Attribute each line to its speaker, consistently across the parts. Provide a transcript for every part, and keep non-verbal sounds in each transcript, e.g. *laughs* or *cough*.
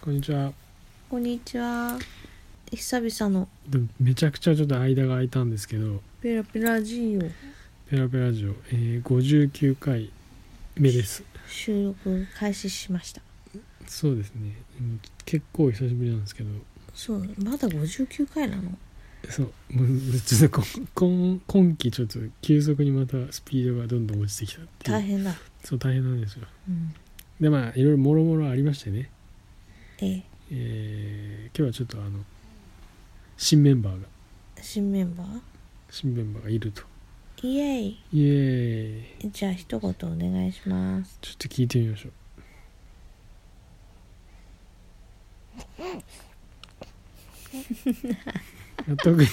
Speaker 1: こんにちは
Speaker 2: こんにちは。久々の
Speaker 1: でもめちゃくちゃちょっと間が空いたんですけど
Speaker 2: ペラペラジオ
Speaker 1: ペラペラジオ、えー、59回目です
Speaker 2: 収録開始しました。
Speaker 1: そうですねうん結構久しぶりなんですけど
Speaker 2: そうね、まだ59回なの
Speaker 1: そうもうちょっとこ今今期ちょっと急速にまたスピードがどんどん落ちてきたってい
Speaker 2: 大
Speaker 1: う
Speaker 2: 変だ。
Speaker 1: そう大変なんですよ
Speaker 2: うん。
Speaker 1: でまあいろいろもろもろありましてね、
Speaker 2: ええ
Speaker 1: えー今日はちょっとあの新メンバーが
Speaker 2: 新メンバー
Speaker 1: 新メンバーがいると
Speaker 2: イエーイ
Speaker 1: イエーイ
Speaker 2: えじゃあ一言お願いします。
Speaker 1: ちょっと聞いてみま
Speaker 2: *laughs*
Speaker 1: しょうまあ特に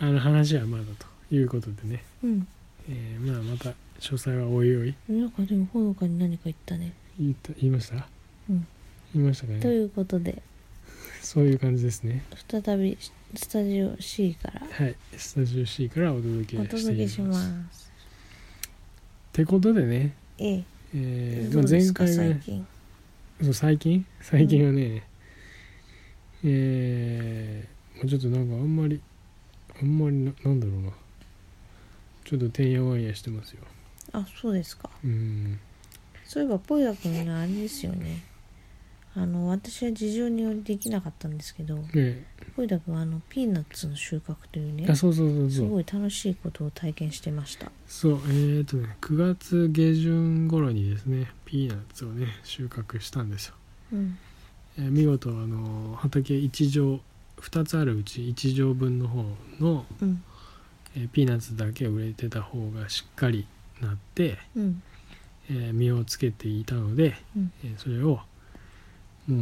Speaker 1: あの話はまだということでね、
Speaker 2: うん。
Speaker 1: えーまあまた詳細はおいおい
Speaker 2: なんかでもほのかに何か言ったね。
Speaker 1: 言った言いました、
Speaker 2: うん
Speaker 1: 言いましたか
Speaker 2: と
Speaker 1: ね
Speaker 2: いうことで、
Speaker 1: そういう感じですね
Speaker 2: 再びスタジオ C から
Speaker 1: はいスタジオ C からお届
Speaker 2: お
Speaker 1: けして
Speaker 2: 届
Speaker 1: い
Speaker 2: け
Speaker 1: ま
Speaker 2: し
Speaker 1: す
Speaker 2: ます。
Speaker 1: ってことでね、
Speaker 2: ええ
Speaker 1: えー
Speaker 2: ど
Speaker 1: まあ、
Speaker 2: うで
Speaker 1: 前
Speaker 2: すか
Speaker 1: 回が
Speaker 2: 最
Speaker 1: ね
Speaker 2: 近。
Speaker 1: そう最近最近はね、えー、もうちょっとなんかあんまりあんまりななんだろうなちょっとてんやわんやしてますよ
Speaker 2: あ、そうですか。
Speaker 1: うん
Speaker 2: そういえばポイダ君のあれですよねあの私は事情によりできなかったんですけど
Speaker 1: ね
Speaker 2: ポイダ君はあのピーナッツの収穫というね
Speaker 1: あそうそうそう
Speaker 2: す
Speaker 1: そう
Speaker 2: ごい楽しいことを体験してました
Speaker 1: そうえー、っとね9月下旬頃にですねピーナッツをね収穫したんですよ、
Speaker 2: うん
Speaker 1: えー見事あの畑1畳2つあるうち1畳分の方の、
Speaker 2: うん
Speaker 1: えーピーナッツだけ売れてた方がしっかりなって、
Speaker 2: うん
Speaker 1: えー実をつけていたので、
Speaker 2: うん
Speaker 1: えーそれをもう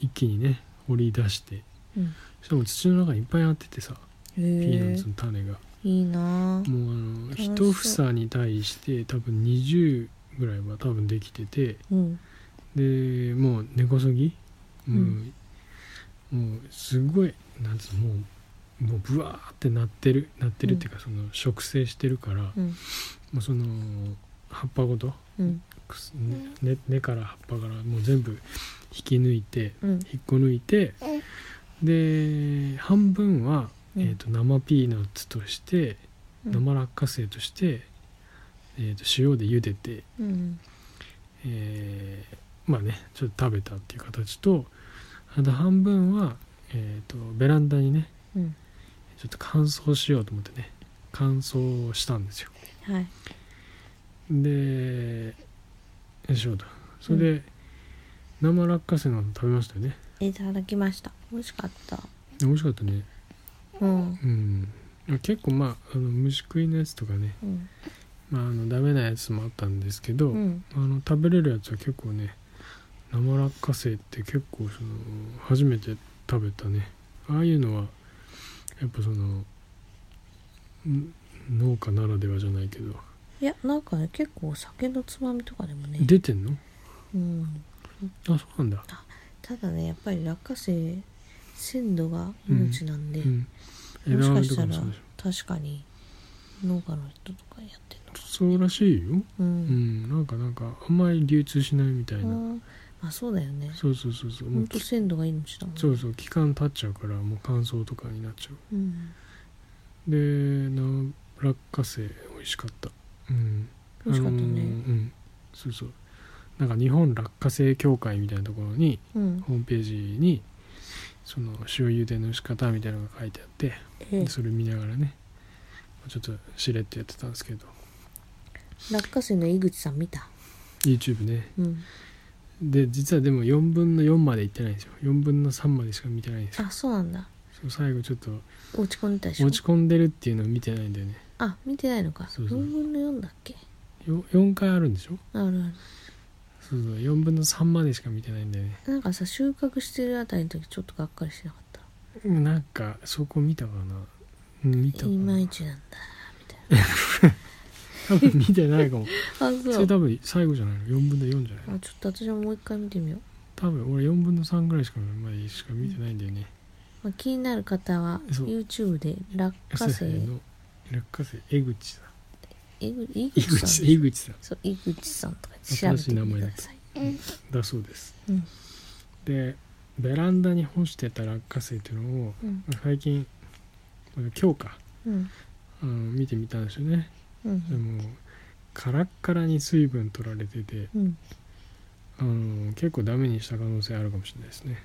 Speaker 1: 一気にね掘り出して、
Speaker 2: うん
Speaker 1: しかも土の中にいっぱいあっててさ
Speaker 2: へ
Speaker 1: ピーナッ
Speaker 2: え
Speaker 1: ツの種が、
Speaker 2: いいなあ
Speaker 1: もうあの
Speaker 2: 楽しそう
Speaker 1: 一房に対して多分20ぐらいは多分できてて
Speaker 2: うん
Speaker 1: でもう根こそぎもう,、
Speaker 2: うん
Speaker 1: もうすごいなんつうのもうもうブワーってなってるなってるっていうか、その植生してるから、
Speaker 2: うん
Speaker 1: もうその葉っぱごと
Speaker 2: うん
Speaker 1: くす根、ね根から葉っぱからもう全部引き抜いて
Speaker 2: うん
Speaker 1: 引っこ抜いてで半分は、
Speaker 2: うん
Speaker 1: えー、と生ピーナッツとして
Speaker 2: うん
Speaker 1: 生落花生として、えー、と塩で茹でて、
Speaker 2: うん
Speaker 1: えーまあねちょっと食べたっていう形とあと半分は、えー、とベランダにね
Speaker 2: うん
Speaker 1: ちょっと乾燥しようと思ってね乾燥したんですよ。
Speaker 2: はい
Speaker 1: でよいしょとそれで、生落花生の食べましたよね
Speaker 2: いただきました美味しかった
Speaker 1: 美味しかったね
Speaker 2: うん
Speaker 1: うん結構まああの虫食いのやつとかね、
Speaker 2: うん
Speaker 1: まあ、あのダメなやつもあったんですけど、
Speaker 2: うん
Speaker 1: あの食べれるやつは結構ね生落花生って結構その初めて食べたねああいうのはやっぱそのん農家ならではじゃないけど
Speaker 2: いやなんかね結構お酒のつまみとかでもね
Speaker 1: 出てんの
Speaker 2: うん
Speaker 1: あそうなんだ、
Speaker 2: ただねやっぱり落花生鮮度が命なんで、
Speaker 1: うん、
Speaker 2: も
Speaker 1: 枝
Speaker 2: しか
Speaker 1: 豆と
Speaker 2: した
Speaker 1: からもそうでしょ
Speaker 2: 確かに農家の人とかやってる
Speaker 1: そうらしいよ
Speaker 2: のう、
Speaker 1: うんん、なんかなんかあんまり流通しないみたいな、
Speaker 2: うんまあそうだよね
Speaker 1: そうそうそうそうも
Speaker 2: ほ
Speaker 1: うん
Speaker 2: と鮮度が命だもんね
Speaker 1: そうそう期間経っちゃうからもう乾燥とかになっちゃう
Speaker 2: うん、
Speaker 1: でな落花生美味しかったうん
Speaker 2: 美味しかった
Speaker 1: あの
Speaker 2: ね
Speaker 1: ーうんそうそうなんか日本落花生協会みたいなところに
Speaker 2: うん
Speaker 1: ホームページにその塩茹での仕方みたいなのが書いてあって
Speaker 2: え
Speaker 1: でそれ見ながらねちょっとしれっとやってたんですけど
Speaker 2: 落花生の井口さん見た
Speaker 1: YouTube ね
Speaker 2: うん
Speaker 1: で実はでも4分の4までいってないんですよ4分の3までしか見てないんですよ
Speaker 2: あそうなんだ
Speaker 1: そう最後ちょっと
Speaker 2: 落ち込んでたでしょ
Speaker 1: 落ち込んでるっていうのを見てないんだよね
Speaker 2: あ見てないのか
Speaker 1: そうそう
Speaker 2: 4分の4だっけ
Speaker 1: よ4回あるんでしょ
Speaker 2: あるあ
Speaker 1: そうそう4分の3までしか見てないんだよね
Speaker 2: るなんかさ収穫してるあたりの時ちょっとがっかりしてなかった
Speaker 1: なんかそこ見たかなうん見たか
Speaker 2: いま
Speaker 1: ない
Speaker 2: ちなんだ
Speaker 1: 多分見てないかも
Speaker 2: あ *laughs* そう
Speaker 1: それ多分最後じゃないの4分の4じゃないの
Speaker 2: あちょっと私ももう一回見てみよう、
Speaker 1: 多分俺4分の3ぐらいしかまでしか見てないんだよね
Speaker 2: まあ、気になる方は
Speaker 1: そう
Speaker 2: YouTube で落花
Speaker 1: せ
Speaker 2: 生
Speaker 1: ーの落花生江口さん
Speaker 2: 井口井
Speaker 1: 江 *laughs*
Speaker 2: 口さん
Speaker 1: 口江口さん
Speaker 2: そう井口さんとか調べてみてください
Speaker 1: だそうです、
Speaker 2: うん
Speaker 1: でベランダに干してた落花生っていうのを
Speaker 2: うん
Speaker 1: 最近今日か
Speaker 2: うん
Speaker 1: あの見てみたんですよね
Speaker 2: う
Speaker 1: で
Speaker 2: ん
Speaker 1: もカラッカラに水分取られてて
Speaker 2: うん
Speaker 1: あの結構ダメにした可能性あるかもしれないですね、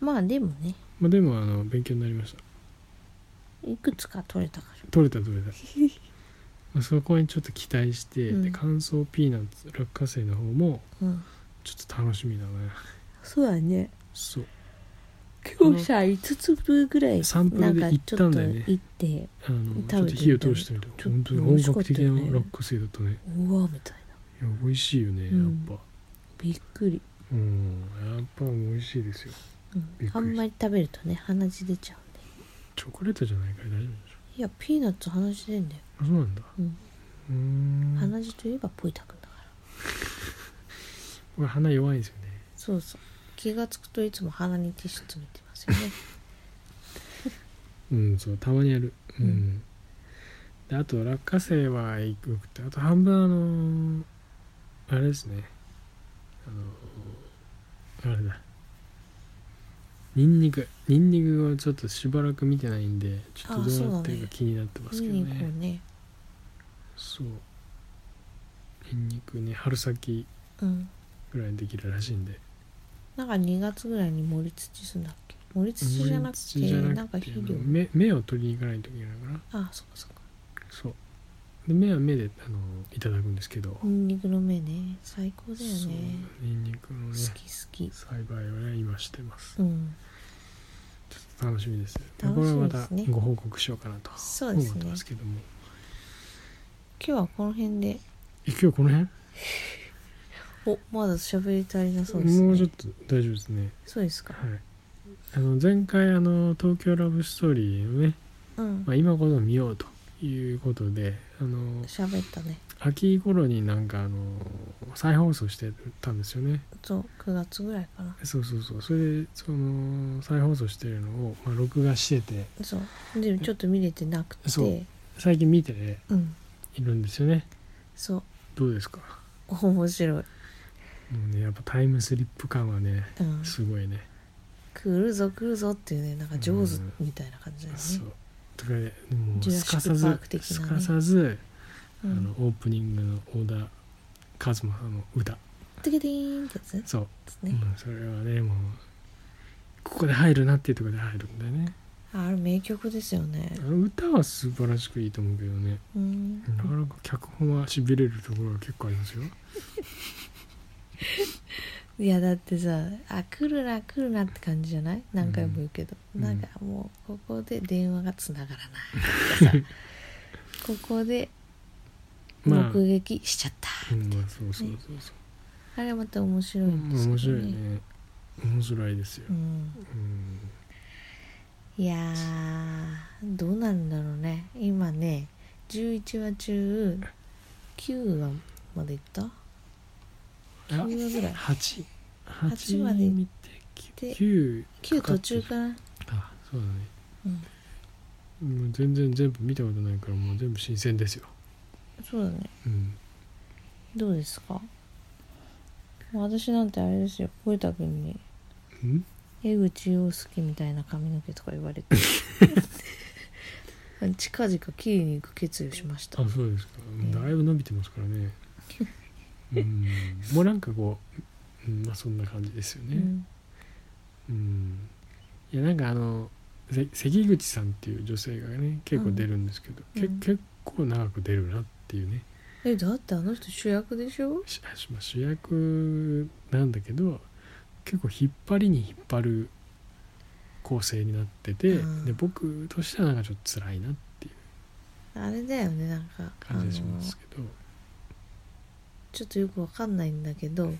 Speaker 2: まあでもね
Speaker 1: まあ、でもあの勉強になりました
Speaker 2: いくつか取れたか
Speaker 1: 取れた
Speaker 2: *laughs*
Speaker 1: 取れたまあそこにちょっと期待して、
Speaker 2: うん
Speaker 1: で乾燥ピーナッツ落花生の方も
Speaker 2: らうん
Speaker 1: ちょっと楽しみだね
Speaker 2: そうだね
Speaker 1: そう
Speaker 2: 今日さ5つ分ぐらい
Speaker 1: サンプルで
Speaker 2: なんかちょ
Speaker 1: 行ったん
Speaker 2: と
Speaker 1: だよね
Speaker 2: 行って
Speaker 1: あの
Speaker 2: 食べてみ
Speaker 1: ち
Speaker 2: た
Speaker 1: ょっ
Speaker 2: の
Speaker 1: と火を通してみた
Speaker 2: ちょっと
Speaker 1: 本当に
Speaker 2: 美味し
Speaker 1: 本
Speaker 2: かっ
Speaker 1: 格
Speaker 2: た
Speaker 1: 的
Speaker 2: よね
Speaker 1: な落花生だったね
Speaker 2: うわみたいない
Speaker 1: や美味しいよねやっ
Speaker 2: うん
Speaker 1: ぱ
Speaker 2: びっくり、
Speaker 1: うん、やっぱ美味しいですよ
Speaker 2: う
Speaker 1: びっくり
Speaker 2: ん、
Speaker 1: した
Speaker 2: あんまり食べるとね鼻血出ちゃうんで
Speaker 1: チョコレートじゃないから大丈夫でしょ
Speaker 2: いやピーナッツ鼻血出んだよ、
Speaker 1: あそうなんだ
Speaker 2: うん、
Speaker 1: うーん
Speaker 2: 鼻血といえばポイタくんだから
Speaker 1: これ鼻弱いんですよね
Speaker 2: そうそう気がつくといつも鼻にティッシュ詰めてます
Speaker 1: *laughs*
Speaker 2: よね
Speaker 1: うんそうたまにやるうん、
Speaker 2: うん
Speaker 1: であと落花生はよくてあと半分あのあれですねあのあれだニンニクニンニクをちょっとしばらく見てないんでちょっとどうなってるか気になってますけ
Speaker 2: 見
Speaker 1: ど
Speaker 2: に
Speaker 1: ね
Speaker 2: 行こうね
Speaker 1: そうニンニクね春先
Speaker 2: うん
Speaker 1: ぐらいにできるらしいんで
Speaker 2: なんか2月ぐらいに盛り土すんだっけ盛り土じゃなくて
Speaker 1: 森土じゃなくて
Speaker 2: なんか肥料
Speaker 1: あの芽芽を取りに行かないといけないのかな
Speaker 2: ああそっかそっか
Speaker 1: そうで芽は芽であのいただくんですけど
Speaker 2: ニンニクの芽ね最高だよ
Speaker 1: そう
Speaker 2: ね
Speaker 1: ニンニクのね
Speaker 2: 好き好き
Speaker 1: 栽培をね今してます
Speaker 2: うん
Speaker 1: ちょっと楽しみです
Speaker 2: 楽しみ
Speaker 1: こ
Speaker 2: ですね
Speaker 1: れはまたご報告しようかなと
Speaker 2: そうですね
Speaker 1: 思ってますけども
Speaker 2: 今日はこの辺で
Speaker 1: え今日この辺
Speaker 2: おまだ喋り足りなそうですね
Speaker 1: もうちょっと大丈夫ですね
Speaker 2: そうですか
Speaker 1: はいあの前回あの東京ラブストーリーをね、
Speaker 2: うん
Speaker 1: まあ、今こそ見ようということであの
Speaker 2: 喋ったね
Speaker 1: 秋頃になんかあの再放送してたんですよね
Speaker 2: そう9月ぐらいかな
Speaker 1: そうそうそうそれでその再放送してるのを、まあ、録画してて
Speaker 2: そうでもちょっと見れてなくて
Speaker 1: そう最近見て
Speaker 2: うん
Speaker 1: いるんですよね
Speaker 2: そう
Speaker 1: どうですか
Speaker 2: 面白い、
Speaker 1: もうねやっぱタイムスリップ感はね
Speaker 2: うん、
Speaker 1: すごいね、
Speaker 2: 来るぞ来るぞっていうねなんか上手みたいな感じだよね
Speaker 1: そうとかでもう
Speaker 2: ジュラ
Speaker 1: す
Speaker 2: シッ
Speaker 1: か
Speaker 2: ク
Speaker 1: さ
Speaker 2: パ
Speaker 1: ず
Speaker 2: ーク、的なね
Speaker 1: すかさず、
Speaker 2: う
Speaker 1: あの
Speaker 2: ん
Speaker 1: オープニングの小田和正の歌
Speaker 2: テケティーンってやつで
Speaker 1: そう、
Speaker 2: すね
Speaker 1: うんそれはねもうここで入るなっていうところで入るんだよね
Speaker 2: あれ名曲ですよね
Speaker 1: あの歌は素晴らしくいいと思うけどね
Speaker 2: うん
Speaker 1: なかなか脚本はしびれるところが結構ありますよ
Speaker 2: いやだってさあ来るな来るなって感じじゃない何回も言うけど、
Speaker 1: うん
Speaker 2: なんかもうここで電話がつながらないとかさここで
Speaker 1: まあ、
Speaker 2: 目撃しちゃった、
Speaker 1: うんまあそうそうそうそう
Speaker 2: あ、れまた面白いんですけど、
Speaker 1: 面白
Speaker 2: ね
Speaker 1: いね面白いですよ
Speaker 2: う、ん
Speaker 1: うん、
Speaker 2: いやーどうなんだろうね今ね11話中9話までいった
Speaker 1: いや
Speaker 2: ?9 話ぐらい
Speaker 1: 八
Speaker 2: 八まで行
Speaker 1: 見て九
Speaker 2: 9途中かな
Speaker 1: あそうだね、もう全然全部見たことないからもう全部新鮮ですよ、
Speaker 2: そうだね
Speaker 1: うん、
Speaker 2: どうですか私なんてあれですよ小たくんに
Speaker 1: ん
Speaker 2: 江口洋介みたいな髪の毛とか言わ *laughs* れて近々切りに行く決意をしました
Speaker 1: あそうですか、
Speaker 2: ん
Speaker 1: だいぶ伸びてますからね
Speaker 2: *laughs*
Speaker 1: うんもうなんかこう、うん、まあそんな感じですよ
Speaker 2: う
Speaker 1: ね
Speaker 2: ん
Speaker 1: うん、いやなんかあのせ関口さんっていう女性がね結構出るんですけど、け
Speaker 2: うん
Speaker 1: 結構長く出るなっていうね
Speaker 2: えだってあの人主役でしょ
Speaker 1: ししまあ主役なんだけど結構引っ張りに引っ張る構成になってて、
Speaker 2: うん
Speaker 1: で僕としてはなんかちょっと辛いなっていう
Speaker 2: あれだよねなんかあ
Speaker 1: 感じ
Speaker 2: の
Speaker 1: がしますけど、
Speaker 2: ちょっとよくわかんないんだけど、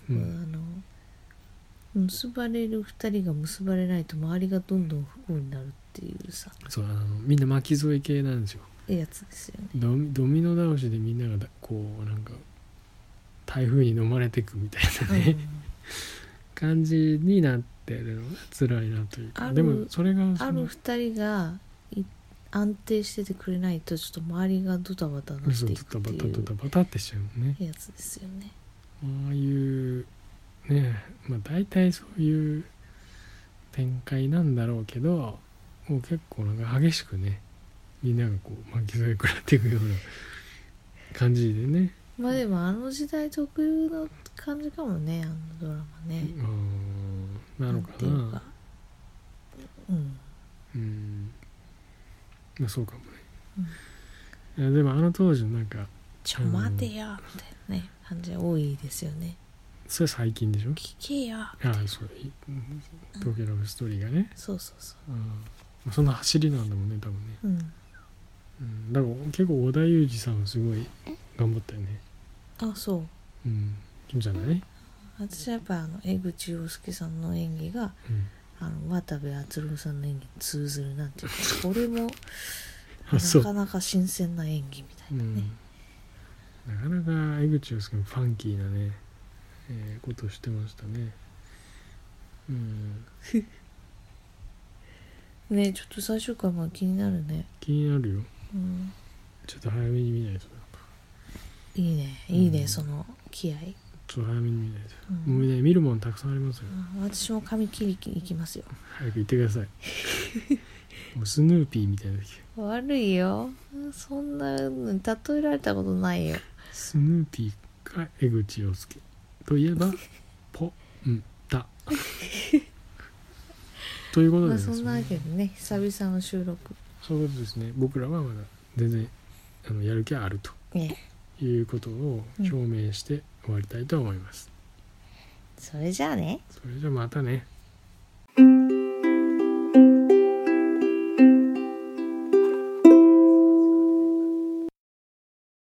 Speaker 2: あの結ばれる2人が結ばれないと周りがどんどん不幸になるっていうさ
Speaker 1: そうあのみんな巻き添え系なんですよ
Speaker 2: やつです *laughs* よね
Speaker 1: ドミドミノ倒しでみんながだこうなんか台風に飲まれてくみたいなね、感じになってるのが辛いなという
Speaker 2: あ
Speaker 1: か
Speaker 2: る
Speaker 1: でもそれが
Speaker 2: あ
Speaker 1: その
Speaker 2: る2人がい安定しててくれないとちょっと周りがドタバタなっ
Speaker 1: そう
Speaker 2: てい
Speaker 1: ド
Speaker 2: く
Speaker 1: タ
Speaker 2: っ
Speaker 1: バ
Speaker 2: て
Speaker 1: タ
Speaker 2: い
Speaker 1: ド
Speaker 2: う
Speaker 1: タバタってしちゃうもんね
Speaker 2: やつですよね。
Speaker 1: ああいうねまあ大体そういう展開なんだろうけどもう結構なんか激しくねみんながこう巻き添え食らっていくような感じでね
Speaker 2: まあでもあの時代特有の感じかもねあのドラマね、
Speaker 1: あーなの
Speaker 2: ん
Speaker 1: か
Speaker 2: ていう
Speaker 1: な
Speaker 2: かうん
Speaker 1: うんまあそうかもね、いやでもあの当時のなんか
Speaker 2: ちょ待てよみたいなね感じ多いですよね
Speaker 1: それ最近でしょ
Speaker 2: 聞けよ
Speaker 1: ああそう東京ラブストーリーがね、
Speaker 2: そうそうそ
Speaker 1: あーまあそんな走りなんだもんね多分ね、
Speaker 2: ううん
Speaker 1: うん、だから結構織田裕二さんはすごい頑張ったよね
Speaker 2: あそう
Speaker 1: うんそうじゃない、うん、
Speaker 2: 私はやっぱあの江口洋介さんの演技があの渡部篤郎さんの演技に通ずるなんていうかこれも
Speaker 1: あそ
Speaker 2: な
Speaker 1: う
Speaker 2: かなか新鮮な演技みた
Speaker 1: う
Speaker 2: いなね
Speaker 1: ん、なかなか江口洋介もファンキーなね、えーことをしてましたねうん
Speaker 2: ねちょっと最終回も気になるね、
Speaker 1: 気になるよ
Speaker 2: うん、
Speaker 1: ちょっと早めに見ないとな
Speaker 2: はいいねいいね、
Speaker 1: うん
Speaker 2: その気合、
Speaker 1: ちょっと早めに見ないと
Speaker 2: うん
Speaker 1: もうね見るもんたくさんありますよ
Speaker 2: あ私も髪切りに行きますよ
Speaker 1: 早く行ってくだ *laughs* さいもうスヌーピーみたいな
Speaker 2: 悪いよそんなの例えられたことないよ
Speaker 1: スヌーピーか江口洋介といえ
Speaker 2: *laughs*
Speaker 1: ばポンタ *laughs* ということ
Speaker 2: ま
Speaker 1: で
Speaker 2: あ
Speaker 1: です
Speaker 2: そ
Speaker 1: ね、
Speaker 2: んなわけでね久々の収録
Speaker 1: そういうことですね僕らはまだ全然あのやる気はあると
Speaker 2: ね
Speaker 1: いうことを表明して終わりたいと思います、
Speaker 2: それじゃあね
Speaker 1: それじゃあまたね
Speaker 3: 「